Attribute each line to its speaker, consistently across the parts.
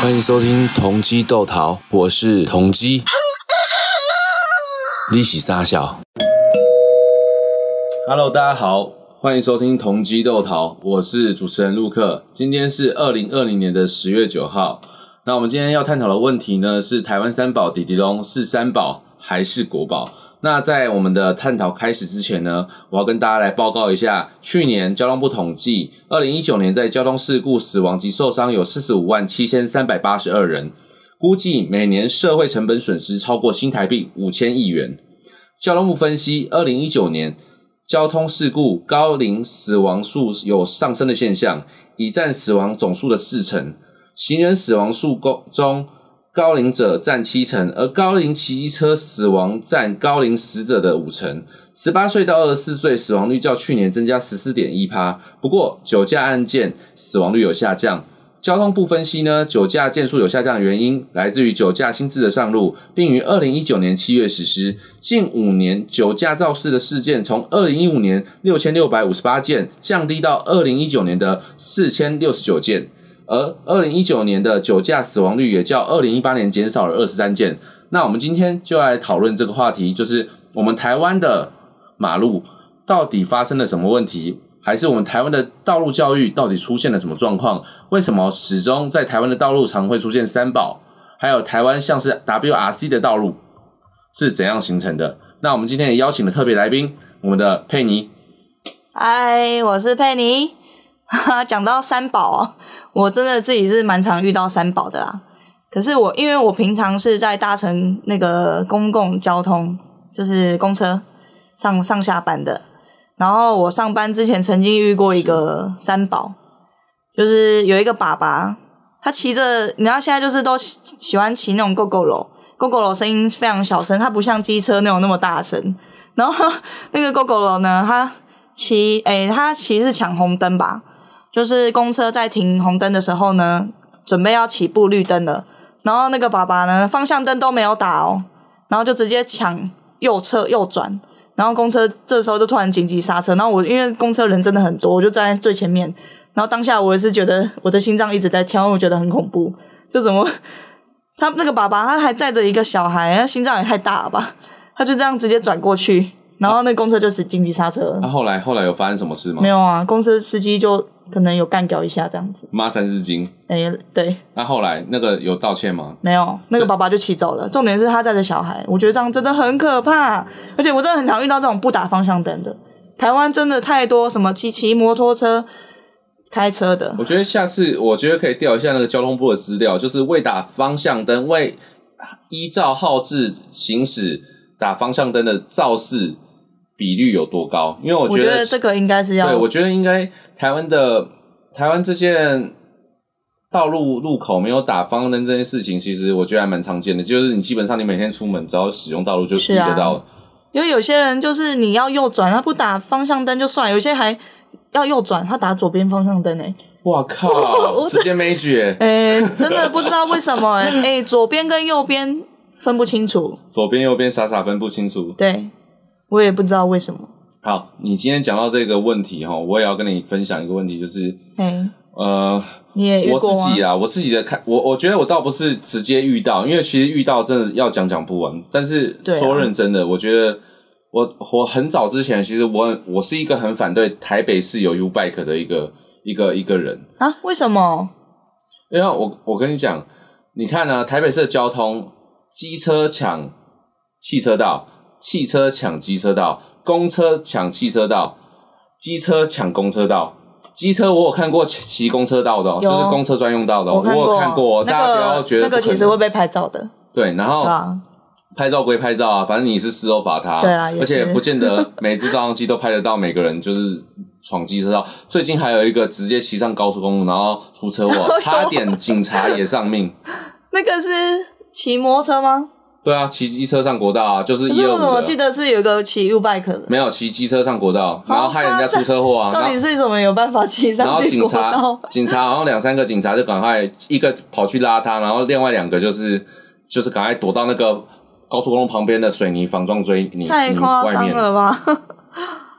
Speaker 1: 欢迎收听《同鸡斗桃》，我是同鸡。利息沙小，Hello，大家好，欢迎收听《同鸡斗桃》，我是主持人陆克。今天是二零二零年的十月九号。那我们今天要探讨的问题呢，是台湾三宝迪迪龙是三宝还是国宝？那在我们的探讨开始之前呢，我要跟大家来报告一下，去年交通部统计，二零一九年在交通事故死亡及受伤有四十五万七千三百八十二人，估计每年社会成本损失超过新台币五千亿元。交通部分析，二零一九年交通事故高龄死亡数有上升的现象，已占死亡总数的四成。行人死亡数高中，高龄者占七成，而高龄骑车死亡占高龄死者的五成。十八岁到二十四岁死亡率较去年增加十四点一趴，不过酒驾案件死亡率有下降。交通部分析呢，酒驾件数有下降的原因来自于酒驾新制的上路，并于二零一九年七月实施。近五年酒驾肇事的事件从二零一五年六千六百五十八件降低到二零一九年的四千六十九件。而二零一九年的酒驾死亡率也较二零一八年减少了二十三件。那我们今天就来讨论这个话题，就是我们台湾的马路到底发生了什么问题，还是我们台湾的道路教育到底出现了什么状况？为什么始终在台湾的道路常会出现三宝，还有台湾像是 WRC 的道路是怎样形成的？那我们今天也邀请了特别来宾，我们的佩妮。
Speaker 2: 嗨，我是佩妮。 讲到三宝、哦，我真的自己是蛮常遇到三宝的啦。可是我因为我平常是在搭乘那个公共交通，就是公车上上下班的。然后我上班之前曾经遇过一个三宝，就是有一个爸爸，他骑着，你知道现在就是都喜喜欢骑那种 GoGo 楼，GoGo 楼声音非常小声，它不像机车那种那么大声。然后那个 GoGo 楼呢，它骑，诶、它骑是抢红灯吧？就是公车在停红灯的时候呢，准备要起步绿灯了，然后那个爸爸呢，方向灯都没有打哦，然后就直接抢右侧右转，然后公车这时候就突然紧急刹车，然后我因为公车人真的很多，我就站在最前面，然后当下我也是觉得我的心脏一直在跳，我觉得很恐怖，就怎么他那个爸爸他还载着一个小孩，他心脏也太大了吧，他就这样直接转过去，然后那公车就是紧急刹车了
Speaker 1: 那、啊后来后来有发生什么事吗
Speaker 2: 没？有啊，公车司机就可能有干掉一下这样子。
Speaker 1: 骂三字经。
Speaker 2: 哎、对，
Speaker 1: 那后来那个有道歉吗？
Speaker 2: 没有，那个爸爸就骑走了。重点是他载着小孩，我觉得这样真的很可怕。而且我真的很常遇到这种不打方向灯的，台湾真的太多什么骑骑摩托车、开车的
Speaker 1: 我觉得下次我觉得可以调一下那个交通部的资料，就是未打方向灯、未依照号志行驶打方向灯的肇事比率有多高？因为我
Speaker 2: 我
Speaker 1: 觉
Speaker 2: 觉
Speaker 1: 得，
Speaker 2: 得这个应该是要
Speaker 1: 对，我觉得应该台湾的台湾这件道路路口没有打方向灯这件事情，其实我觉得还蛮常见的，就是你基本上你每天出门只要使用道路就遇
Speaker 2: 是啊
Speaker 1: 得到了。
Speaker 2: 因为有些人就是你要右转，他不打方向灯就算了，有些还要右转，他打左边方向灯哎、
Speaker 1: 哇靠，
Speaker 2: 我
Speaker 1: 直接没举，
Speaker 2: 哎、真的不知道为什么哎、哎、左边跟右边分不清楚，
Speaker 1: 左边右边傻傻分不清楚。
Speaker 2: 对我也不知道为什么
Speaker 1: 好，你今天讲到这个问题哈，我也要跟你分享一个问题，就是
Speaker 2: 哎、
Speaker 1: 呃，
Speaker 2: 你也遇
Speaker 1: 我
Speaker 2: 过吗？
Speaker 1: 自己啊，我自己的看，我我觉得我倒不是直接遇到，因为其实遇到真的要讲讲不完。但是
Speaker 2: 对啊
Speaker 1: 说认真的，我觉得我我很早之前，其实我很我是一个很反对台北市有 U bike 的一个一个一个人，
Speaker 2: 啊？为什么？
Speaker 1: 因为我我跟你讲，你看呢、台北市的交通，机车抢汽车道，汽车抢机车道，公车抢汽车道，机车抢公车道。机车我有看过骑骑公车道的、哦，
Speaker 2: 有
Speaker 1: 就是公车专用道的、哦，
Speaker 2: 看
Speaker 1: 我
Speaker 2: 过，
Speaker 1: 有看过、哦。
Speaker 2: 那
Speaker 1: 大家不
Speaker 2: 个
Speaker 1: 要觉得
Speaker 2: 那
Speaker 1: 不
Speaker 2: 个
Speaker 1: 可
Speaker 2: 其实
Speaker 1: 能哦
Speaker 2: 会被拍照的，
Speaker 1: 对，然后
Speaker 2: 对吧？
Speaker 1: 拍照归拍照啊，反正你是事后罚他、
Speaker 2: 对啊也
Speaker 1: 而且
Speaker 2: 是
Speaker 1: 不见 得每只照相机都拍得到每个人就是闯机车道。最近还有一个直接骑上高速公路，然后出车
Speaker 2: 哎
Speaker 1: 祸，差点警察也上命。
Speaker 2: 那个是骑摩托车吗？
Speaker 1: 对啊，骑机车上国道啊，就是
Speaker 2: 可
Speaker 1: 一
Speaker 2: 是
Speaker 1: 二
Speaker 2: 我怎么
Speaker 1: 五
Speaker 2: 记
Speaker 1: 的，
Speaker 2: 得是有一个骑 U bike 的？
Speaker 1: 没有骑机车上国道，然后害人家出车祸啊，
Speaker 2: 到
Speaker 1: 然
Speaker 2: 底
Speaker 1: 后
Speaker 2: 是怎么有办法骑
Speaker 1: 然
Speaker 2: 上
Speaker 1: 后
Speaker 2: 去
Speaker 1: 警
Speaker 2: 国
Speaker 1: 察
Speaker 2: 道？
Speaker 1: 警察好像两三个警察就赶快一个跑去拉他，然后另外两个就是就是赶快躲到那个高速公路旁边的水泥防撞锥泥
Speaker 2: 太
Speaker 1: 泥
Speaker 2: 夸
Speaker 1: 嗯外
Speaker 2: 张
Speaker 1: 面，
Speaker 2: 了吧！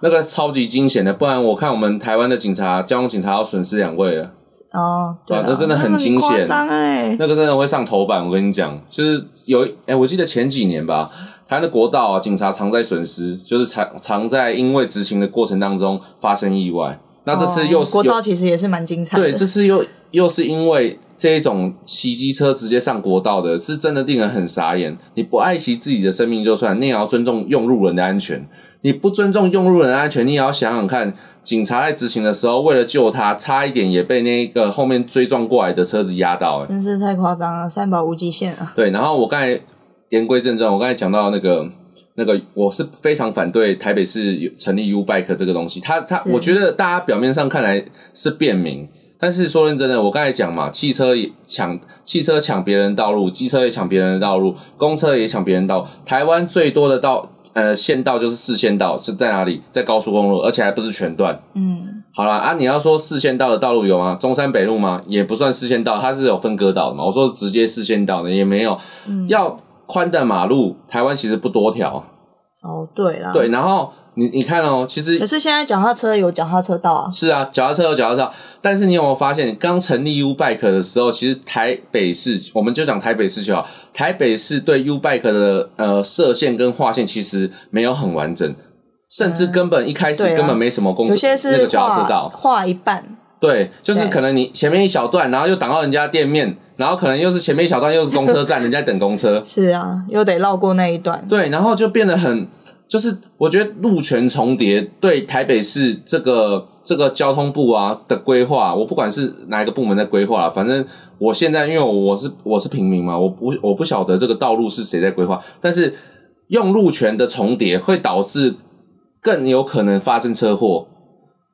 Speaker 1: 那个超级惊险的，不然我看我们台湾的警察交通警察要损失两位了。
Speaker 2: 哦，对
Speaker 1: 哇
Speaker 2: 啊，
Speaker 1: 那真的很惊险
Speaker 2: 夸张 哎，
Speaker 1: 那个真的会上头版，我跟你讲，就是有哎、我记得前几年吧，台湾的国道啊，警察常在损失，就是常常在因为执行的过程当中发生意外。那这次又
Speaker 2: 哦
Speaker 1: 是、
Speaker 2: 国
Speaker 1: 有
Speaker 2: 道其实也是蛮精彩的，
Speaker 1: 对，这次又又是因为这一种骑机车直接上国道的，是真的令人很傻眼。你不爱惜自己的生命就算，你也要尊重用路人的安全。你不尊重用路人的安全，你也要想想看，警察在执行的时候，为了救他，差一点也被那个后面追撞过来的车子压到、欸。
Speaker 2: 真是太夸张了，三宝无极限啊！
Speaker 1: 对，然后我刚才言归正传，我刚才讲到那个那个，我是非常反对台北市有成立 U Bike 这个东西。它它，
Speaker 2: 是
Speaker 1: 我觉得大家表面上看来是便民，但是说认真的，我刚才讲嘛，汽车也抢汽车抢别人道路，机车也抢别人的道路，公车也抢别人道。台湾最多的道呃县道就是四线道是在哪里？在高速公路，而且还不是全段。
Speaker 2: 嗯，
Speaker 1: 好啦，啊，你要说四线道的道路有吗？中山北路吗？也不算四线道，它是有分割道的嘛。我说直接四线道的也没有，
Speaker 2: 嗯
Speaker 1: 要宽的马路，台湾其实不多条。
Speaker 2: 哦，对啦，
Speaker 1: 对，。然后你你看哦，其实
Speaker 2: 可是现在脚踏车有脚踏车道啊，
Speaker 1: 是啊，脚踏车有脚踏车道，但是你有没有发现，刚成立 U Bike 的时候，其实台北市，我们就讲台北市就好，台北市对 U Bike 的呃射线跟划线其实没有很完整，甚至根本一开始
Speaker 2: 对啊
Speaker 1: 根本没什么公
Speaker 2: 有
Speaker 1: 车，
Speaker 2: 些
Speaker 1: 那
Speaker 2: 是
Speaker 1: 个脚踏车
Speaker 2: 画
Speaker 1: 道。
Speaker 2: 画一半，
Speaker 1: 对，就是
Speaker 2: 对
Speaker 1: 可能你前面一小段，然后又挡到人家店面，然后可能又是前面一小段又是公车站，人家等公车，
Speaker 2: 是啊，又得绕过那一段。
Speaker 1: 对，然后就变得很，就是我觉得路权重叠对台北市这个这个交通部啊的规划，我不管是哪一个部门在规划、反正我现在因为我是我是平民嘛，我不我不晓得这个道路是谁在规划，但是用路权的重叠会导致更有可能发生车祸，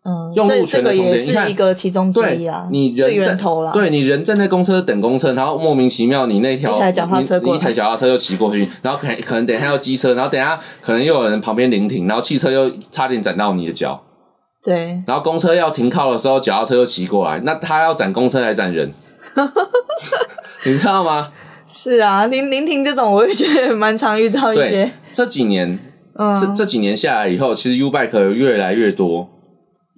Speaker 2: 嗯，
Speaker 1: 用
Speaker 2: 这
Speaker 1: 路
Speaker 2: 这
Speaker 1: 权的
Speaker 2: 个
Speaker 1: 重叠
Speaker 2: 也
Speaker 1: 你看
Speaker 2: 是一个其中之
Speaker 1: 对
Speaker 2: 一啊，
Speaker 1: 你
Speaker 2: 最
Speaker 1: 人
Speaker 2: 源
Speaker 1: 站
Speaker 2: 头啦。
Speaker 1: 对你人站在公车等公车，然后莫名其妙你那条
Speaker 2: 一台脚踏车
Speaker 1: 你
Speaker 2: 过
Speaker 1: 你
Speaker 2: 来
Speaker 1: 一台脚踏车又骑过去，然后可能可能等一下又机车，然后等一下可能又有人旁边临停，然后汽车又差点斩到你的脚，
Speaker 2: 对，
Speaker 1: 然后公车要停靠的时候，脚踏车又骑过来，那他要斩公车还是斩 人？你知道吗？
Speaker 2: 是啊，聆聆听这种，我也觉得蛮常遇到一
Speaker 1: 对
Speaker 2: 些，，
Speaker 1: 这几年
Speaker 2: 嗯，
Speaker 1: 这这几年下来以后，其实 U Bike 越来越多，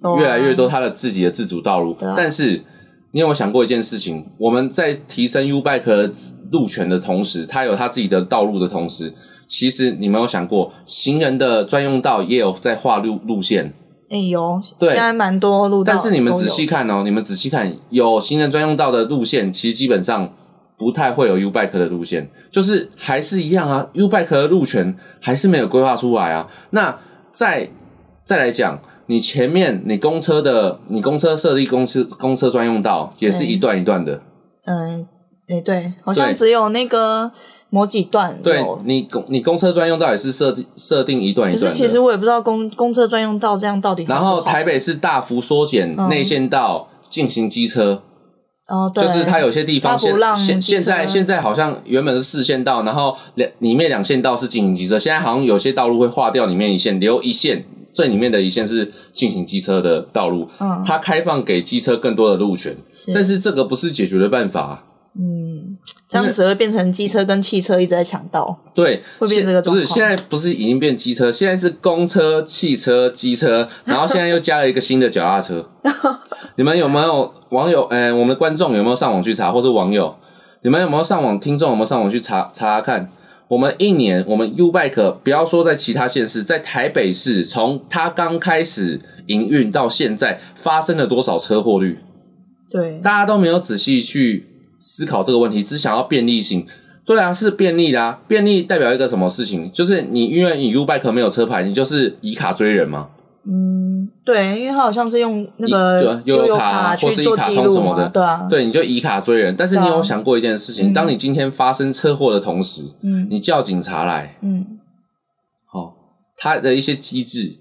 Speaker 2: 懂啊
Speaker 1: 越来越多他的自己的自主道路。
Speaker 2: 啊
Speaker 1: 但是你有没有想过一件事情？我们在提升 U Bike 的路权的同时，它有它自己的道路的同时，其实你没有想过，行人的专用道也有在划路路线。
Speaker 2: 哎有，
Speaker 1: 对
Speaker 2: 现在蛮多路道，
Speaker 1: 但是你们仔细，看哦，你们仔细看，有行人专用道的路线，其实基本上不太会有 U Bike 的路线，就是还是一样啊，U Bike 的路权还是没有规划出来啊。那再再来讲，你前面你公车的，你公车设立公车公车专用道，也是一段一段的。
Speaker 2: 嗯，哎对，好像
Speaker 1: 对
Speaker 2: 只有那个某几段
Speaker 1: 对
Speaker 2: 有，
Speaker 1: 你公你公车专用道也是设定设定一段一
Speaker 2: 可
Speaker 1: 段
Speaker 2: 是
Speaker 1: 的。
Speaker 2: 其实我也不知道公公车专用道这样到底好不
Speaker 1: 然
Speaker 2: 好
Speaker 1: 后台北市大幅缩减
Speaker 2: 嗯
Speaker 1: 内线道进行机车。
Speaker 2: 哦对，
Speaker 1: 就是它有些地方
Speaker 2: 它不
Speaker 1: 现
Speaker 2: 让
Speaker 1: 现
Speaker 2: 机车
Speaker 1: 现在现在好像原本是四线道，然后两里面两线道是进行机车，现在好像有些道路会划掉里面一线，留一线最里面的一线是进行机车的道路，
Speaker 2: 嗯
Speaker 1: 它开放给机车更多的路权，
Speaker 2: 是
Speaker 1: 但是这个不是解决的办法啊、
Speaker 2: 嗯，这样子会变成机车跟汽车一直在抢道，
Speaker 1: 对，
Speaker 2: 会变
Speaker 1: 现
Speaker 2: 这个
Speaker 1: 不是
Speaker 2: 状况
Speaker 1: 现在不是已经变机车，现在是公车、汽车、机车，然后现在又加了一个新的脚踏 车。你们有没有网友？哎、我们的观众有没有上网去查，或是网友？你们有没有上网？听众有没有上网去查查查看？我们一年，我们 U Bike 不要说在其他县市，在台北市，从它刚开始营运到现在，发生了多少车祸率？
Speaker 2: 对，
Speaker 1: 大家都没有仔细去思考这个问题，只想要便利性。对啊，是便利啦、便利代表一个什么事情？就是你因为你 U Bike 没有车牌，你就是以卡追人嘛。
Speaker 2: 嗯对，因为它好像是用那个
Speaker 1: 一就悠
Speaker 2: 悠
Speaker 1: 游卡
Speaker 2: 去
Speaker 1: 或是一
Speaker 2: 做
Speaker 1: 卡
Speaker 2: 记
Speaker 1: 通什
Speaker 2: 录
Speaker 1: 么
Speaker 2: 嘛，
Speaker 1: 的，
Speaker 2: 对啊，
Speaker 1: 对，你就以卡追人。但是你
Speaker 2: 对啊
Speaker 1: 有想过一件事情，当你今天发生车祸的同时，
Speaker 2: 嗯
Speaker 1: 你叫警察来，
Speaker 2: 嗯
Speaker 1: 哦，它的一些机制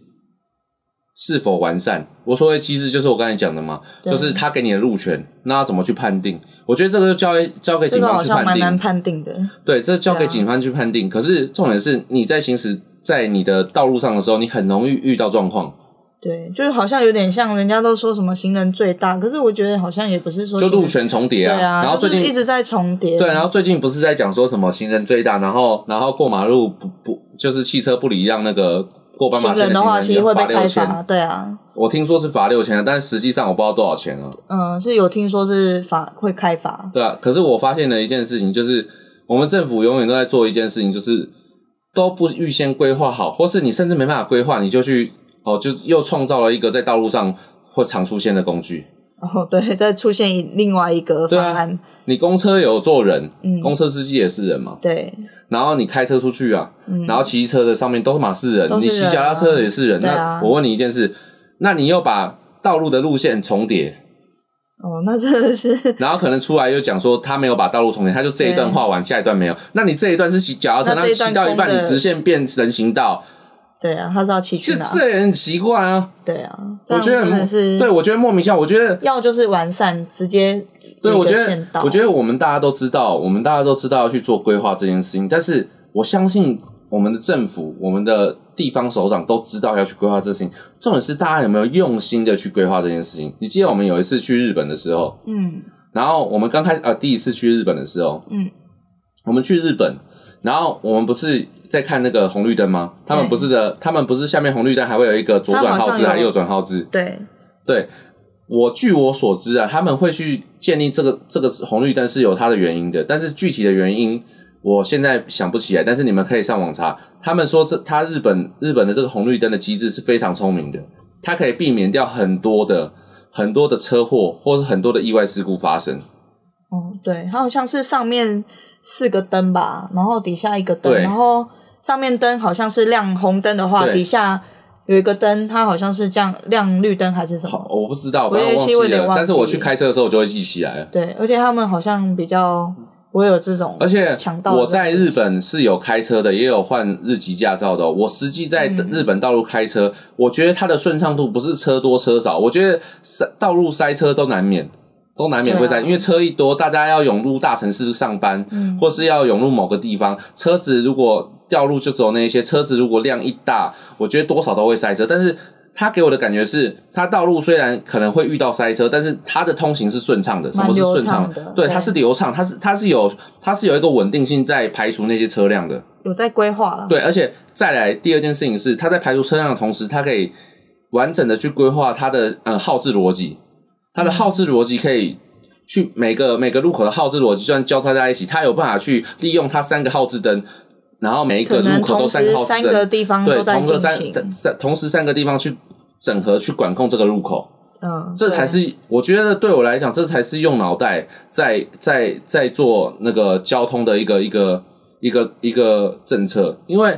Speaker 1: 是否完善？我所谓机制就是我刚才讲的嘛，
Speaker 2: 对
Speaker 1: 就是他给你的路权，那要怎么去判定？我觉得这个就交给交给
Speaker 2: 这
Speaker 1: 警
Speaker 2: 个
Speaker 1: 方
Speaker 2: 好
Speaker 1: 去
Speaker 2: 像
Speaker 1: 判
Speaker 2: 蛮
Speaker 1: 定
Speaker 2: 难。判定的，
Speaker 1: 对，这交给
Speaker 2: 对啊
Speaker 1: 警方去判定。可是重点是，你在行驶在你的道路上的时候，你很容易遇到状况，
Speaker 2: 对，就是好像有点像人家都说什么行人最大，可是我觉得好像也不是说
Speaker 1: 就
Speaker 2: 行人
Speaker 1: 路权重叠
Speaker 2: 对
Speaker 1: 啊。
Speaker 2: 啊，
Speaker 1: 然后最
Speaker 2: 就是一
Speaker 1: 近
Speaker 2: 直在重叠，
Speaker 1: 对，然后最近不是在讲说什么行人最大，然后然后过马路不不就是汽车不礼让那个过斑马
Speaker 2: 行
Speaker 1: 线
Speaker 2: 人的话，
Speaker 1: 行
Speaker 2: 其
Speaker 1: 人
Speaker 2: 实
Speaker 1: 要
Speaker 2: 会
Speaker 1: 罚
Speaker 2: 被开
Speaker 1: 六千
Speaker 2: 罚。。对啊，
Speaker 1: 我听说是罚六千，但实际上我不知道多少钱啊。
Speaker 2: 嗯，是有听说是罚会开罚，
Speaker 1: 对啊，可是我发现了一件事情，就是我们政府永远都在做一件事情，就是都不预先规划好，或是你甚至没办法规划，你就去哦，就又创造了一个在道路上会常出现的工具。
Speaker 2: 哦，对，再出现一另外一个
Speaker 1: 对啊
Speaker 2: 方案，
Speaker 1: 你公车有坐人，
Speaker 2: 嗯
Speaker 1: 公车司机也是人嘛，
Speaker 2: 对
Speaker 1: 然后你开车出去啊，
Speaker 2: 嗯
Speaker 1: 然后骑车的上面都马是人，
Speaker 2: 都是
Speaker 1: 你骑脚踏车的也是人。
Speaker 2: 人啊对啊
Speaker 1: 那我问你一件事，那你又把道路的路线重叠，
Speaker 2: 哦，那真的是，
Speaker 1: 然后可能出来又讲说他没有把道路重叠，他就这一段画完，下一段没有。那你这一段是骑脚踏车，那
Speaker 2: 那这一段
Speaker 1: 骑到一半
Speaker 2: 空的
Speaker 1: 你直线变人行道，
Speaker 2: 对啊，他是要骑去
Speaker 1: 这
Speaker 2: 哪？
Speaker 1: 这也很奇怪啊！
Speaker 2: 对啊，这
Speaker 1: 我
Speaker 2: 样
Speaker 1: 觉得
Speaker 2: 真
Speaker 1: 很
Speaker 2: 的是
Speaker 1: 对我觉得莫名其妙，我觉得。
Speaker 2: 要就是完善，直接
Speaker 1: 对，我觉得
Speaker 2: 限道，
Speaker 1: 我觉得我们大家都知道，我们大家都知道要去做规划这件事情，但是我相信我们的政府、我们的地方首长都知道要去规划这事情。重点是大家有没有用心的去规划这件事情？你记得我们有一次去日本的时候，
Speaker 2: 嗯
Speaker 1: 然后我们刚开呃第一次去日本的时候，
Speaker 2: 嗯，
Speaker 1: 我们去日本，然后我们不是在看那个红绿灯吗？他们不是的，他们不是下面红绿灯还会有一个左转号
Speaker 2: 他们好
Speaker 1: 志
Speaker 2: 像
Speaker 1: 还是
Speaker 2: 有
Speaker 1: 右转号志？
Speaker 2: 对，
Speaker 1: 对，我据我所知啊，他们会去建立这个这个红绿灯是有它的原因的，但是具体的原因我现在想不起来，但是你们可以上网查。他们说这他日本日本的这个红绿灯的机制是非常聪明的，它可以避免掉很多的很多的车祸或是很多的意外事故发生。
Speaker 2: 哦对，它好像是上面四个灯吧，然后底下一个灯，
Speaker 1: 对
Speaker 2: 然后上面灯好像是亮红灯的话，
Speaker 1: 对
Speaker 2: 底下有一个灯，它好像是这样亮绿灯还是什
Speaker 1: 好，
Speaker 2: 么？
Speaker 1: 我不知道，
Speaker 2: 我
Speaker 1: 反正
Speaker 2: 也
Speaker 1: 我忘
Speaker 2: 是有
Speaker 1: 记
Speaker 2: 点
Speaker 1: 了。
Speaker 2: 忘
Speaker 1: 但是
Speaker 2: 记
Speaker 1: 我去开车的时候，我就会记起来了。
Speaker 2: 对，而且他们好像比较不会有这种，
Speaker 1: 而且
Speaker 2: 强盗的
Speaker 1: 我在日本是有开车的，也有换日籍驾照的哦、我实际在
Speaker 2: 嗯
Speaker 1: 日本道路开车，我觉得它的顺畅度不是车多车少，我觉得塞道路塞车都难免。都难免会塞，
Speaker 2: 对啊
Speaker 1: 因为车一多，大家要涌入大城市上班，
Speaker 2: 嗯
Speaker 1: 或是要涌入某个地方，车子如果掉路就只有那一些，车子如果量一大，我觉得多少都会塞车。但是它给我的感觉是，它道路虽然可能会遇到塞车，但是它的通行是顺畅的。什么是顺畅
Speaker 2: 蛮流畅的
Speaker 1: 对，
Speaker 2: 对
Speaker 1: 它是流畅，它是它是有它是有一个稳定性在排除那些车辆的。
Speaker 2: 有在规划了。
Speaker 1: 对，而且再来第二件事情是，它在排除车辆的同时，它可以完整的去规划它的嗯耗资逻辑，它的耗资逻辑可以。去每个每个路口的耗资逻辑，就算交叉在一起，它有办法去利用它三个耗资灯，然后每一个
Speaker 2: 可
Speaker 1: 路
Speaker 2: 能
Speaker 1: 口
Speaker 2: 同
Speaker 1: 都三
Speaker 2: 时
Speaker 1: 个耗
Speaker 2: 三
Speaker 1: 资
Speaker 2: 个
Speaker 1: 灯，
Speaker 2: 地方
Speaker 1: 对，
Speaker 2: 都在
Speaker 1: 同
Speaker 2: 进
Speaker 1: 个三
Speaker 2: 行，
Speaker 1: 三同时三个地方去整合去管控这个路口。
Speaker 2: 嗯，
Speaker 1: 这才
Speaker 2: 对
Speaker 1: 是我觉得对我来讲，这才是用脑袋在在在做那个交通的一个一个一个一个政策。因为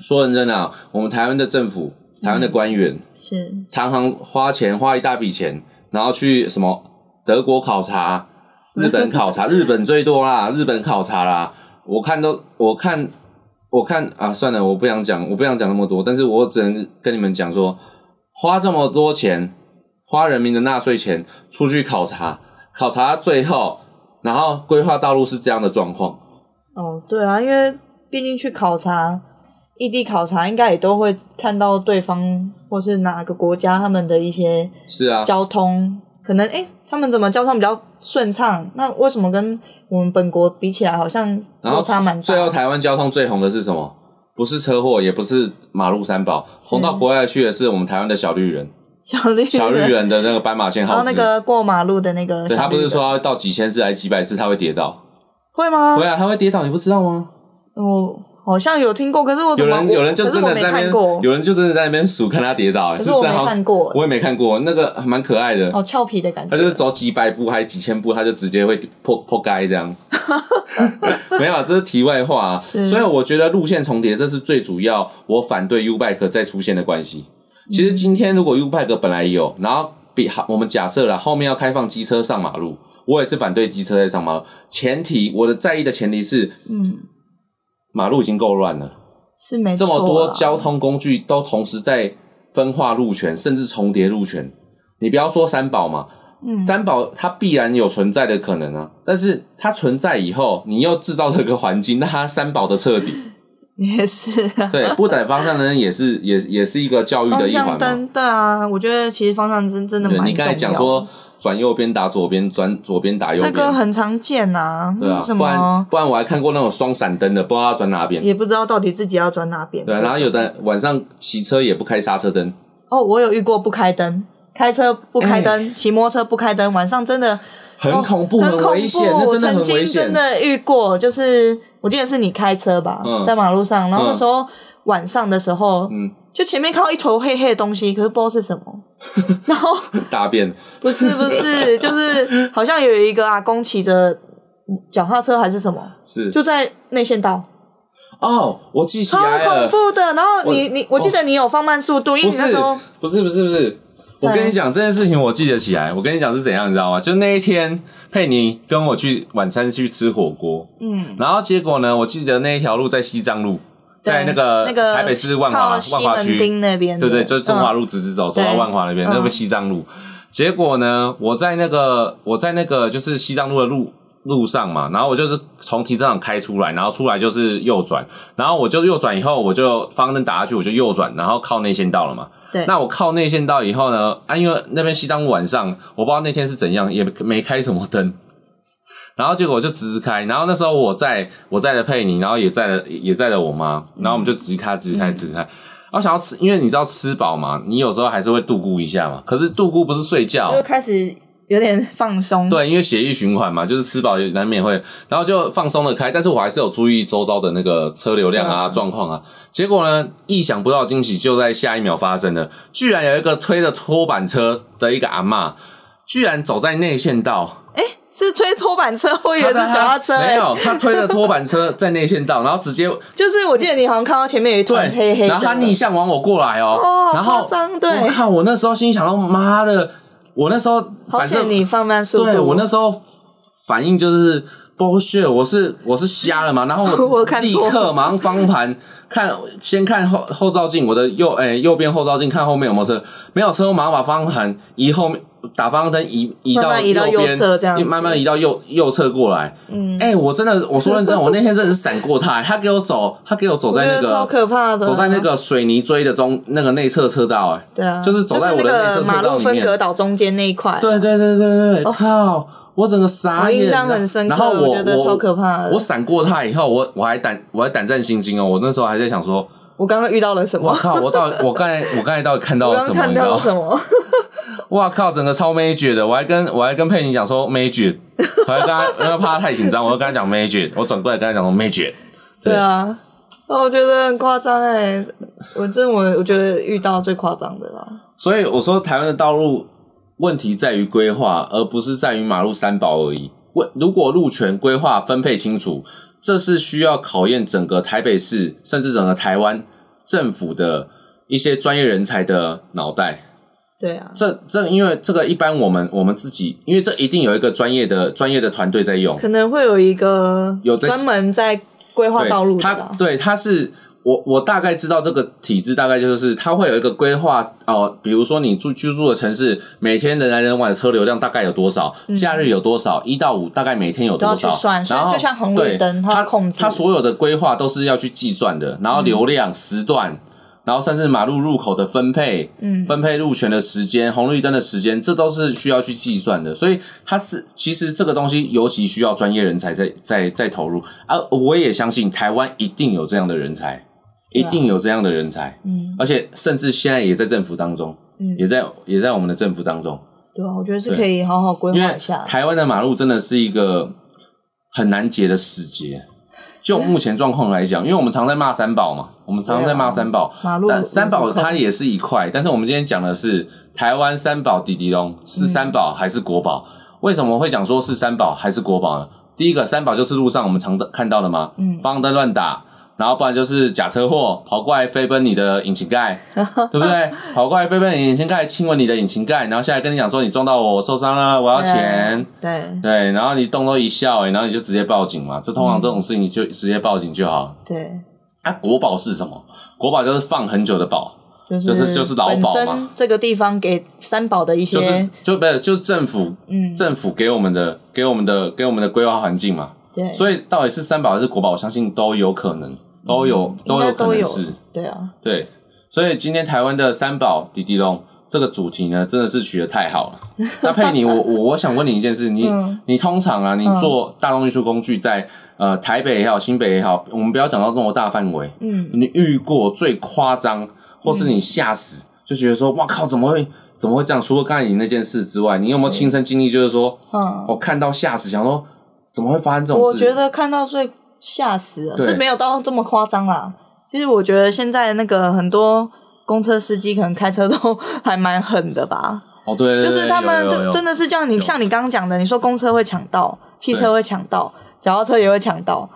Speaker 1: 说认真啊，我们台湾的政府、台湾的官员、
Speaker 2: 是
Speaker 1: 常常花钱花一大笔钱，然后去什么德国考察、日本考察，日本最多啦，日本考察啦。我看都我看我看啊，算了，我不想讲，我不想讲那么多，但是我只能跟你们讲说，花这么多钱，花人民的纳税钱出去考察，考察到最后，然后规划道路是这样的状况。
Speaker 2: 哦，对啊，因为毕竟去考察异地考察，应该也都会看到对方或是哪个国家他们的一些
Speaker 1: 是啊，
Speaker 2: 交通，可能诶，他们怎么交通比较顺畅？那为什么跟我们本国比起来，好像
Speaker 1: 然后
Speaker 2: 落差蛮大？
Speaker 1: 最后台湾交通最红的是什么？不是车祸，也不是马路三宝，红到国外去的是我们台湾的小绿人，
Speaker 2: 小绿
Speaker 1: 小绿
Speaker 2: 人，
Speaker 1: 人的那个斑马线
Speaker 2: 然
Speaker 1: 号
Speaker 2: 后
Speaker 1: 志。
Speaker 2: 那个过马路的那个
Speaker 1: 对
Speaker 2: 小
Speaker 1: 他
Speaker 2: 绿
Speaker 1: 不
Speaker 2: 人，
Speaker 1: 是说要到几千次还是几百次他会跌倒？
Speaker 2: 会吗
Speaker 1: 对？啊，他会跌倒，你不知道吗？
Speaker 2: 我好像有听过，可是我怎
Speaker 1: 有
Speaker 2: 么
Speaker 1: 人
Speaker 2: 我
Speaker 1: 有人就
Speaker 2: 可是
Speaker 1: 真
Speaker 2: 我
Speaker 1: 的
Speaker 2: 没
Speaker 1: 在那
Speaker 2: 看
Speaker 1: 边
Speaker 2: 过，
Speaker 1: 有人就真的在那边数看他跌倒，可
Speaker 2: 可是我没看过
Speaker 1: 我也没看过，那个还蛮可爱的。
Speaker 2: 哦俏皮的感
Speaker 1: 他
Speaker 2: 觉，
Speaker 1: 就是走几百步还几千步，他就直接会破破街这样。没有啊，这是题外话、啊。
Speaker 2: 是
Speaker 1: 所以我觉得路线重叠这是最主要，我反对 U Bike 再出现的关系。其实今天如果 U Bike 本来有，然后比好，我们假设了后面要开放机车上马路，我也是反对机车在上马路。前提我的在意的前提是
Speaker 2: 嗯，
Speaker 1: 马路已经够乱了。
Speaker 2: 是没
Speaker 1: 这
Speaker 2: 错啊
Speaker 1: 么多
Speaker 2: 啦
Speaker 1: 交通工具都同时在分化路权，甚至重叠路权。你不要说三宝嘛，
Speaker 2: 嗯
Speaker 1: 三宝它必然有存在的可 能啊，但是它存在以后，你又制造这个环境，那它三宝的彻底，
Speaker 2: 也是啊。
Speaker 1: 对，不等方向灯也是也也是一个教育的
Speaker 2: 方
Speaker 1: 一环
Speaker 2: 向
Speaker 1: 嘛。
Speaker 2: 灯，对啊，我觉得其实方向灯真的
Speaker 1: 对
Speaker 2: 蛮重要的。
Speaker 1: 你刚才讲说转右边打左边，转左边打右
Speaker 2: 这
Speaker 1: 边，
Speaker 2: 个很常见呐、
Speaker 1: 对啊，
Speaker 2: 什
Speaker 1: 不然
Speaker 2: 么
Speaker 1: 不然我还看过那种双闪灯的，不知道要转哪边。
Speaker 2: 也不知道到底自己要转哪边。
Speaker 1: 对啊，
Speaker 2: 这种
Speaker 1: 然后有的人晚上骑车也不开刹车灯，
Speaker 2: 哦，我有遇过不开灯，开车不开灯，骑摩托车不开灯，晚上真的
Speaker 1: 哎很
Speaker 2: 哦
Speaker 1: 恐怖，
Speaker 2: 很恐怖
Speaker 1: 危险，那
Speaker 2: 我
Speaker 1: 真的
Speaker 2: 曾
Speaker 1: 很危
Speaker 2: 经
Speaker 1: 险
Speaker 2: 真。的遇过，就是我记得是你开车吧，
Speaker 1: 嗯
Speaker 2: 在马路上，然后
Speaker 1: 嗯
Speaker 2: 那时候、晚上的时候，
Speaker 1: 嗯，
Speaker 2: 就前面看到一坨黑黑的东西，可是不知道 是什么，然后
Speaker 1: 大便，
Speaker 2: 不是不是，就是好像有一个阿公骑着脚踏车还是什么，
Speaker 1: 是
Speaker 2: 就在内线道，
Speaker 1: 哦，我记起
Speaker 2: 超
Speaker 1: 来
Speaker 2: 恐
Speaker 1: 了，
Speaker 2: 怖的。然后你
Speaker 1: 我哦
Speaker 2: 你，我记得你有放慢速度，因为
Speaker 1: 不
Speaker 2: 你
Speaker 1: 是
Speaker 2: 那时候，
Speaker 1: 不是，不是，不是。我跟你讲这件事情，我记得起来。我跟你讲是怎样，你知道吗？就那一天，佩妮跟我去晚餐去吃火锅，
Speaker 2: 嗯，
Speaker 1: 然后结果呢，我记得那一条路在西藏路，在那
Speaker 2: 对
Speaker 1: 个
Speaker 2: 那个
Speaker 1: 台北市万华
Speaker 2: 靠
Speaker 1: 万
Speaker 2: 西
Speaker 1: 华区
Speaker 2: 门町那边的，嗯
Speaker 1: 对对，就是中华
Speaker 2: 路
Speaker 1: 路直直走，走到
Speaker 2: 对
Speaker 1: 万华那边，
Speaker 2: 嗯
Speaker 1: 那个西藏路。结果呢，我在那个我在那个就是西藏路的路路上嘛，然后我就是从停车场开出来，然后出来就是右转，然后我就右转以后，我就方向灯打下去，我就右转，然后靠内线道了嘛。
Speaker 2: 对
Speaker 1: 那我靠内线道以后呢，啊，因为那边西藏路晚上，我不知道那天是怎样，也没开什么灯。然后结果我就直直开，然后那时候我在我在了佩妮，然后也在了也在了我妈，然后我们就直开直开直开。啊我想要吃，因为你知道吃饱嘛，你有时候还是会度咕一下嘛。可是度咕不是睡觉，啊
Speaker 2: 就开始有点放松，
Speaker 1: 对，因为血液循环嘛，就是吃饱也难免会，然后就放松的开，但是我还是有注意周遭的那个车流量啊、状况啊。结果呢，意想不到的惊喜就在下一秒发生了，居然有一个推着拖板车的一个阿嬷，居然走在内线道，
Speaker 2: 是推拖板车，我以 为
Speaker 1: 他在
Speaker 2: 是脚
Speaker 1: 他
Speaker 2: 踏车、
Speaker 1: 没
Speaker 2: 欸，
Speaker 1: 有，他推着拖板车在内线道，然后直接
Speaker 2: 就是我记得你好像看到前面有一团
Speaker 1: 对，
Speaker 2: 黑黑的，
Speaker 1: 然后他逆向往我过来哦，
Speaker 2: 哦好
Speaker 1: 然后
Speaker 2: 夸张对
Speaker 1: 我靠，我那时候心里想到，妈的，我那时候
Speaker 2: 好
Speaker 1: 反
Speaker 2: 险
Speaker 1: 正
Speaker 2: 你放慢速
Speaker 1: 对
Speaker 2: 度，
Speaker 1: 我那时候反应就是 bullshit，我是我是瞎了嘛，然后
Speaker 2: 我看
Speaker 1: 立
Speaker 2: 错
Speaker 1: 刻马上方盘看，先看后后照镜，我的右哎、右边后照镜看后面有没有车，没有车，我马上把方向盘移后面。打方向灯移移到
Speaker 2: 慢慢移到右
Speaker 1: 边
Speaker 2: 侧这样子
Speaker 1: 慢慢移到右右侧过来。
Speaker 2: 嗯
Speaker 1: 哎、我真的，我说认真，我那天真的是闪过他，他给我走，他给我走
Speaker 2: 我
Speaker 1: 在
Speaker 2: 觉
Speaker 1: 那
Speaker 2: 得
Speaker 1: 个
Speaker 2: 超可怕的，
Speaker 1: 走在那个水泥锥的中那个内侧车道、哎，
Speaker 2: 对啊，
Speaker 1: 就是走在我的
Speaker 2: 就是
Speaker 1: 内
Speaker 2: 那
Speaker 1: 侧
Speaker 2: 个
Speaker 1: 车道
Speaker 2: 马
Speaker 1: 里面
Speaker 2: 路分隔岛中间那一块，
Speaker 1: 对对对对对，靠！我整个傻
Speaker 2: 哦我
Speaker 1: 眼，啊
Speaker 2: 印象很深刻
Speaker 1: 然后我
Speaker 2: 我觉得超可怕的
Speaker 1: 我闪过他以后，我我还胆我还胆战心惊哦。我那时候还在想 说，
Speaker 2: 我刚刚遇到了什
Speaker 1: 我
Speaker 2: 么？
Speaker 1: 靠！我到我刚才我刚才到底看到
Speaker 2: 我
Speaker 1: 了
Speaker 2: 刚
Speaker 1: 什
Speaker 2: 刚
Speaker 1: 么？
Speaker 2: 看
Speaker 1: 你知
Speaker 2: 到
Speaker 1: 道
Speaker 2: 了
Speaker 1: 吗？
Speaker 2: 什 么？
Speaker 1: 哇靠！整个超 major 的，我还跟我还跟佩妮讲说 major，我还跟他因为怕他太紧张，我就跟他讲 major，我转过来跟他讲说 major。
Speaker 2: 对啊，那我觉得很夸张哎，我这我我觉得遇到最夸张的啦。
Speaker 1: 所以我说，台湾的道路问题在于规划，而不是在于马路三宝而已。问如果路权规划分配清楚，这是需要考验整个台北市，甚至整个台湾政府的一些专业人才的脑袋。
Speaker 2: 对啊，
Speaker 1: 这这，因为这个一般我们我们自己，因为这一定有一个专业的专业的团队在用，
Speaker 2: 可能会有一个
Speaker 1: 有在
Speaker 2: 专门在规划
Speaker 1: 对，
Speaker 2: 道路的
Speaker 1: 他
Speaker 2: 啦。
Speaker 1: 对，他是我我大概知道这个体制，大概就是它会有一个规划哦、比如说你住居住的城市，每天人来人往的车流量大概有多少，假日有多少，一到五大概每天有多
Speaker 2: 嗯都
Speaker 1: 少，
Speaker 2: 要去算所以
Speaker 1: 然后
Speaker 2: 就像红绿
Speaker 1: 对
Speaker 2: 灯它
Speaker 1: 它
Speaker 2: 要控制嗯
Speaker 1: 它所有的规划都是要去计算的，然后流量、时段。然后甚至马路入口的分配，嗯，分配路权的时间、红绿灯的时间，这都是需要去计算的。所以它是其实这个东西尤其需要专业人才在在在投入啊。我也相信台湾一定有这样的人才，一
Speaker 2: 啊
Speaker 1: 定有这样的人才，
Speaker 2: 嗯
Speaker 1: 而且甚至现在也在政府当中，
Speaker 2: 嗯
Speaker 1: 也在也在我们的政府当中。
Speaker 2: 对啊，我觉得是可以好好规
Speaker 1: 因
Speaker 2: 划
Speaker 1: 为
Speaker 2: 一下。
Speaker 1: 台湾的马路真的是一个很难解的死结。就目前状况来讲，因为我们常在骂三宝嘛，我们常常
Speaker 2: 啊
Speaker 1: 在骂三宝，
Speaker 2: 马路
Speaker 1: 但三宝
Speaker 2: 路口
Speaker 1: 它也是一块，但是我们今天讲的是台湾三宝滴滴
Speaker 2: 嗯
Speaker 1: 龙是三宝还是国宝？为什么会讲说是三宝还是国宝呢？第一个三宝就是路上我们常的看到的嘛，嗯，方向灯乱打，然后不然就是假车祸跑过来飞奔你的引擎 盖，对不对？跑过来飞奔你的引擎盖，亲吻你的引擎盖，然后下来跟你讲说你撞到我，我受伤了，我要钱。
Speaker 2: 嗯对
Speaker 1: 对，然后你动都一笑、欸，然后你就直接报警嘛。这通常这种事情你就直接报警就好。
Speaker 2: 对，
Speaker 1: 啊，国宝是什么？国宝就是放很久的宝，
Speaker 2: 就是
Speaker 1: 就是就是劳
Speaker 2: 本
Speaker 1: 保嘛
Speaker 2: 身这个地方给三宝的一些、
Speaker 1: 就是就不是就是政府，
Speaker 2: 嗯
Speaker 1: 政府给我们的给我们的给我们的规划环境嘛。
Speaker 2: 对，
Speaker 1: 所以到底是三宝还是国宝，我相信都有可能，都有
Speaker 2: 嗯应
Speaker 1: 都
Speaker 2: 该
Speaker 1: 有可
Speaker 2: 都
Speaker 1: 能
Speaker 2: 有
Speaker 1: 是，，
Speaker 2: 对啊，
Speaker 1: 对。所以今天台湾的三宝迪迪龙这个主题呢，真的是取得太好了。那佩妮，我我我想问你一件事，你、
Speaker 2: 嗯
Speaker 1: 你通常啊，你做大众运输工具在呃台北也好，新北也好，我们不要讲到这么大范围，
Speaker 2: 嗯，
Speaker 1: 你遇过最夸张，或是你吓死，就觉得说哇靠，怎么会怎么会这样？除了刚才你那件事之外，你有没有亲身经历？就是说，
Speaker 2: 嗯
Speaker 1: 我看到吓死，想说怎么会发生这种事？
Speaker 2: 我觉得看到最吓死了，
Speaker 1: 对
Speaker 2: 是没有到这么夸张啦。其实我觉得现在那个很多公车司机可能开车都 还蛮狠的吧，
Speaker 1: 哦，对，对
Speaker 2: 就是他们就真
Speaker 1: 的
Speaker 2: 的是这样。你像你刚刚讲的，你说公车会抢道，汽车会抢道，脚踏车也会抢道。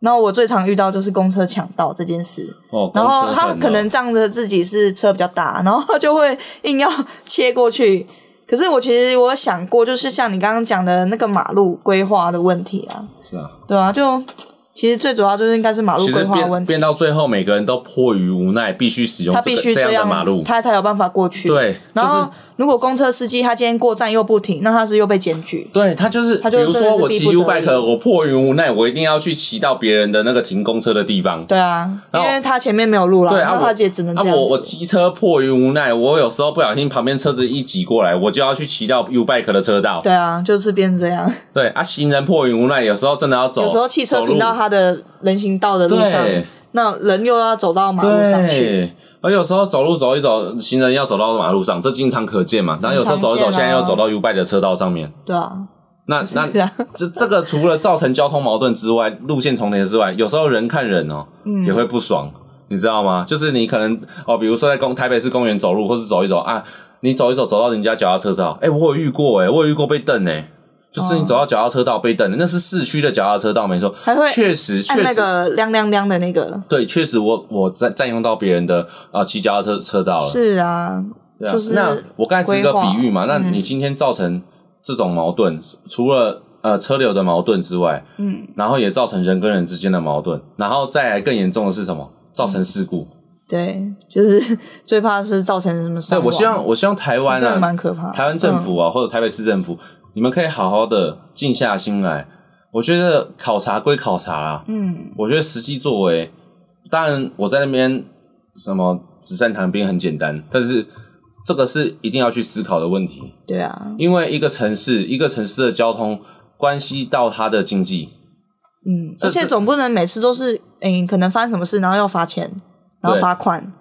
Speaker 2: 然后我最常遇到就是公车抢道这件事，
Speaker 1: 哦，
Speaker 2: 然
Speaker 1: 公
Speaker 2: 后
Speaker 1: 车
Speaker 2: 他
Speaker 1: 很
Speaker 2: 可能仗着自己是车比较大，然后他就会硬要切过去。可是我其实我有想过，就是像你刚刚讲的那个马路规划的问题啊，
Speaker 1: 是啊，
Speaker 2: 对啊，就其实最主要就是应该是马路
Speaker 1: 其
Speaker 2: 规
Speaker 1: 实
Speaker 2: 划的问
Speaker 1: 变
Speaker 2: 题
Speaker 1: 变，到最后，每个人都迫于无奈，必须使用
Speaker 2: 他
Speaker 1: 这
Speaker 2: 必
Speaker 1: 个
Speaker 2: 须
Speaker 1: 这
Speaker 2: 样
Speaker 1: 的马路。
Speaker 2: 他才有办法过去。。
Speaker 1: 对，就
Speaker 2: 然
Speaker 1: 是
Speaker 2: 后，如果公车司机他今天过站又不停，那他是又被检举。
Speaker 1: 对他就是，
Speaker 2: 他就
Speaker 1: 比如
Speaker 2: 真的
Speaker 1: 说
Speaker 2: 是
Speaker 1: 我
Speaker 2: 逼
Speaker 1: 骑
Speaker 2: 不得
Speaker 1: U
Speaker 2: 已
Speaker 1: bike，我迫于无奈，我一定要去骑到别人的那个停公车的地方。
Speaker 2: 对啊，因
Speaker 1: 然后
Speaker 2: 为他前面没有路了，
Speaker 1: 对啊，
Speaker 2: 那
Speaker 1: 我
Speaker 2: 他也只能
Speaker 1: 啊
Speaker 2: 这样
Speaker 1: 我我
Speaker 2: 子。
Speaker 1: 机车迫于无奈，我有时候不小心旁边车子一挤过来，我就要去骑到 U bike 的车道。
Speaker 2: 对啊，就是变成这样。
Speaker 1: 对啊，行人迫于无奈，有时候真的要走，
Speaker 2: 有时候汽车
Speaker 1: 走路
Speaker 2: 停到他的人行道的路上
Speaker 1: 对，
Speaker 2: 那人又要走到马路上去。
Speaker 1: 对，而有时候走路走一走，行人要走到马路上，这经常可见嘛。然后有时候走一走，
Speaker 2: 很常见啊
Speaker 1: 现在又走到 U bike 的车道上面。
Speaker 2: 对啊，
Speaker 1: 那那
Speaker 2: 是啊，
Speaker 1: 这这个除了造成交通矛盾之外，路线重叠之外，有时候人看人哦、
Speaker 2: 嗯
Speaker 1: 也会不爽，你知道吗？就是你可能哦，比如说在公台北市公园走路，或是走一走啊，你走一走走到人家脚踏车道，哎、我有遇过哎、我有遇过被瞪哎、就是你走到脚踏车道被瞪的，那是市区的脚踏车道，没错
Speaker 2: 哦还会，
Speaker 1: 确实确
Speaker 2: 按
Speaker 1: 实、
Speaker 2: 那个亮亮亮的那个。
Speaker 1: 对，确实我我占占用到别人的啊骑脚踏车车道了，
Speaker 2: 是啊，
Speaker 1: 对啊
Speaker 2: 就是
Speaker 1: 那我刚才是一个
Speaker 2: 规划嗯
Speaker 1: 比喻嘛，那你今天造成这种矛盾，除了呃车流的矛盾之外，嗯，然后也造成人跟人之间的矛盾，然后再来更严重的是什么？造成事故。
Speaker 2: 嗯对，就是最怕是造成什么
Speaker 1: 对，
Speaker 2: 伤亡。
Speaker 1: 哎我希望我希望台湾
Speaker 2: 真的蛮
Speaker 1: 啊，
Speaker 2: 可怕的。嗯
Speaker 1: 台湾政府啊，或者台北市政府，你们可以好好的静下心来。我觉得考察归考察啊，
Speaker 2: 嗯，
Speaker 1: 我觉得实际作为，当然我在那边什么纸上谈兵很简单，但是这个是一定要去思考的问题。
Speaker 2: 对啊，
Speaker 1: 因为一个城市，一个城市的交通关系到它的经济，
Speaker 2: 嗯，
Speaker 1: 这
Speaker 2: 而且
Speaker 1: 这
Speaker 2: 总不能每次都是，诶、可能发生什么事，然后要罚钱，然后罚款，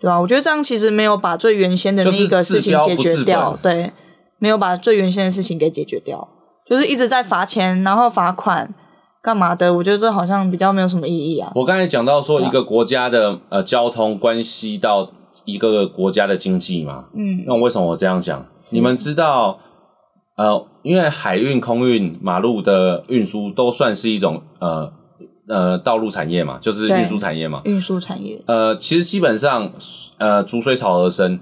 Speaker 2: 对吧、我觉得这样其实没有把最原先的那一个事情解
Speaker 1: 就是
Speaker 2: 决
Speaker 1: 治标
Speaker 2: 掉
Speaker 1: 不，治
Speaker 2: 对，没有把最原先的事情给解决掉，就是一直在罚钱，然后罚款，干嘛的？我觉得这好像比较没有什么意义啊。
Speaker 1: 我刚才讲到说，一个国家的呃交通关系到一个国家的经济嘛。
Speaker 2: 嗯，
Speaker 1: 那为什么我这样讲？你们知道，呃，因为海运、空运、马路的运输都算是一种呃呃道路产业嘛，就是
Speaker 2: 对
Speaker 1: 运输产业嘛。
Speaker 2: 运输产业，
Speaker 1: 呃，其实基本上，呃，逐水草而生。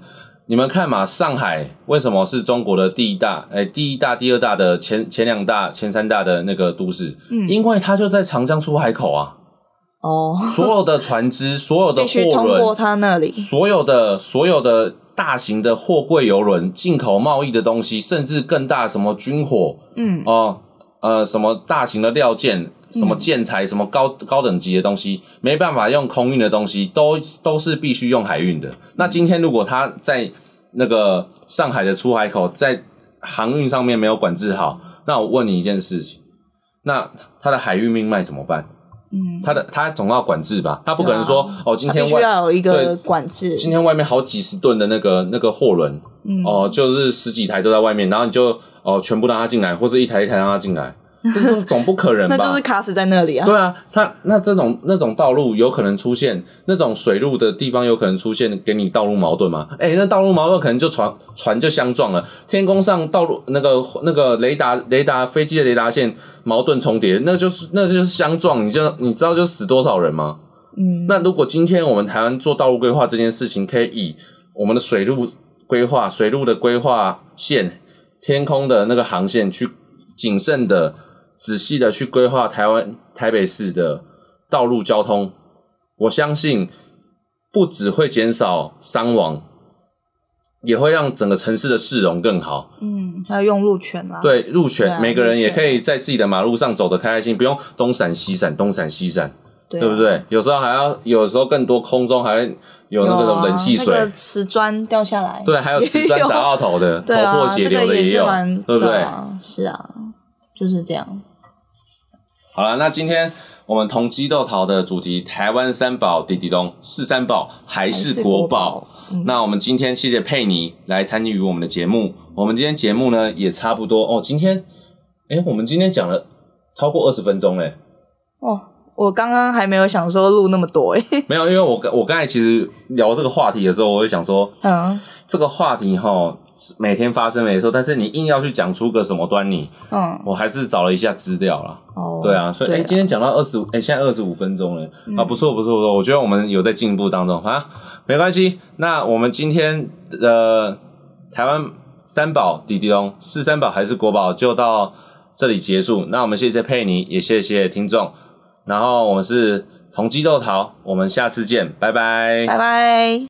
Speaker 1: 你们看嘛，上海为什么是中国的第一大？哎、第一大、第二大的前前两大、前三大的那个都市？嗯，因为它就在长江出海口啊，
Speaker 2: 哦，
Speaker 1: 所有的船 只、所有的
Speaker 2: 必须
Speaker 1: 货
Speaker 2: 通过
Speaker 1: 轮、
Speaker 2: 他那里，
Speaker 1: 所有的所有的大型的货柜游轮、进口贸易的东西，甚至更大什么军火
Speaker 2: 嗯，
Speaker 1: 哦、呃，什么大型的料件。什么建材，什么高高等级的东西，没办法用空运的东西，都都是必须用海运的。那今天如果他在那个上海的出海口在航运上面没有管制好，那我问你一件事情，那他的海运命脉怎么办？嗯，他的他总要管制吧，他不可能说、哦，今
Speaker 2: 啊他
Speaker 1: 天
Speaker 2: 必须
Speaker 1: 外
Speaker 2: 要有一
Speaker 1: 对
Speaker 2: 个管制，
Speaker 1: 今天外面好几十吨的那个那个货轮，
Speaker 2: 嗯
Speaker 1: 哦、就是十几台都在外面，然后你就哦、全部让他进来，或是一台一台让他进来，这是总不可能吧？
Speaker 2: 那就是卡死在那里啊。
Speaker 1: 对啊，他那这种那种道路有可能出现，那种水路的地方有可能出现给你道路矛盾吗？哎、那道路矛盾可能就船船就相撞了，天空上道路那个那个雷达雷达飞机的雷达线矛盾重叠，那就是那就是相撞，你就你知道就死多少人吗？嗯，那如果今天我们台湾做道路规划这件事情，可以以我们的水路规划、水路的规划线、天空的那个航线去谨慎的、仔细的去规划台湾台北市的道路交通，我相信不只会减少伤亡，也会让整个城市的市容更好。
Speaker 2: 嗯，还有用路权啦。
Speaker 1: 对，路权、
Speaker 2: 对啊
Speaker 1: 每个人
Speaker 2: 路权
Speaker 1: 也可以在自己的马路上走得开开心，不用东闪西闪、东闪西闪。
Speaker 2: 对啊
Speaker 1: 对不对？有时候还要，有时候更多空中还会有那个什么冷气水，
Speaker 2: 有啊那个瓷砖掉下来，
Speaker 1: 对，还有瓷砖砸到头的，头
Speaker 2: 对啊，
Speaker 1: 破血流
Speaker 2: 这个
Speaker 1: 的
Speaker 2: 也是
Speaker 1: 有，
Speaker 2: 蛮
Speaker 1: 对不对？
Speaker 2: 啊？是啊，就是这样。
Speaker 1: 好了，那今天我们同鸡斗桃的主题，台湾三宝滴滴咚是三宝还是国宝？
Speaker 2: 嗯
Speaker 1: 那我们今天谢谢佩妮来参与我们的节目。我们今天节目呢也差不多哦。今天，哎，我们今天讲了超过二十分钟嘞，
Speaker 2: 哦，我刚刚还没有想说录那么多哎诶、
Speaker 1: 没有，因为我刚我刚才其实聊这个话题的时候，我就想说，
Speaker 2: 嗯
Speaker 1: 这个话题哈每天发生没错，但是你硬要去讲出个什么端倪，
Speaker 2: 嗯，
Speaker 1: 我还是找了一下资料啦。
Speaker 2: 哦，
Speaker 1: 对啊，所以哎、诶今天讲到二十五，哎，现在二十五分钟了、啊，不错不错不错，我觉得我们有在进步当中啊，没关系。那我们今天呃，台湾三宝滴滴咚是三宝还是国宝，就到这里结束。那我们谢谢佩妮，也谢谢听众，然后我们是同鸡斗桃，我们下次见，拜拜
Speaker 2: 拜拜。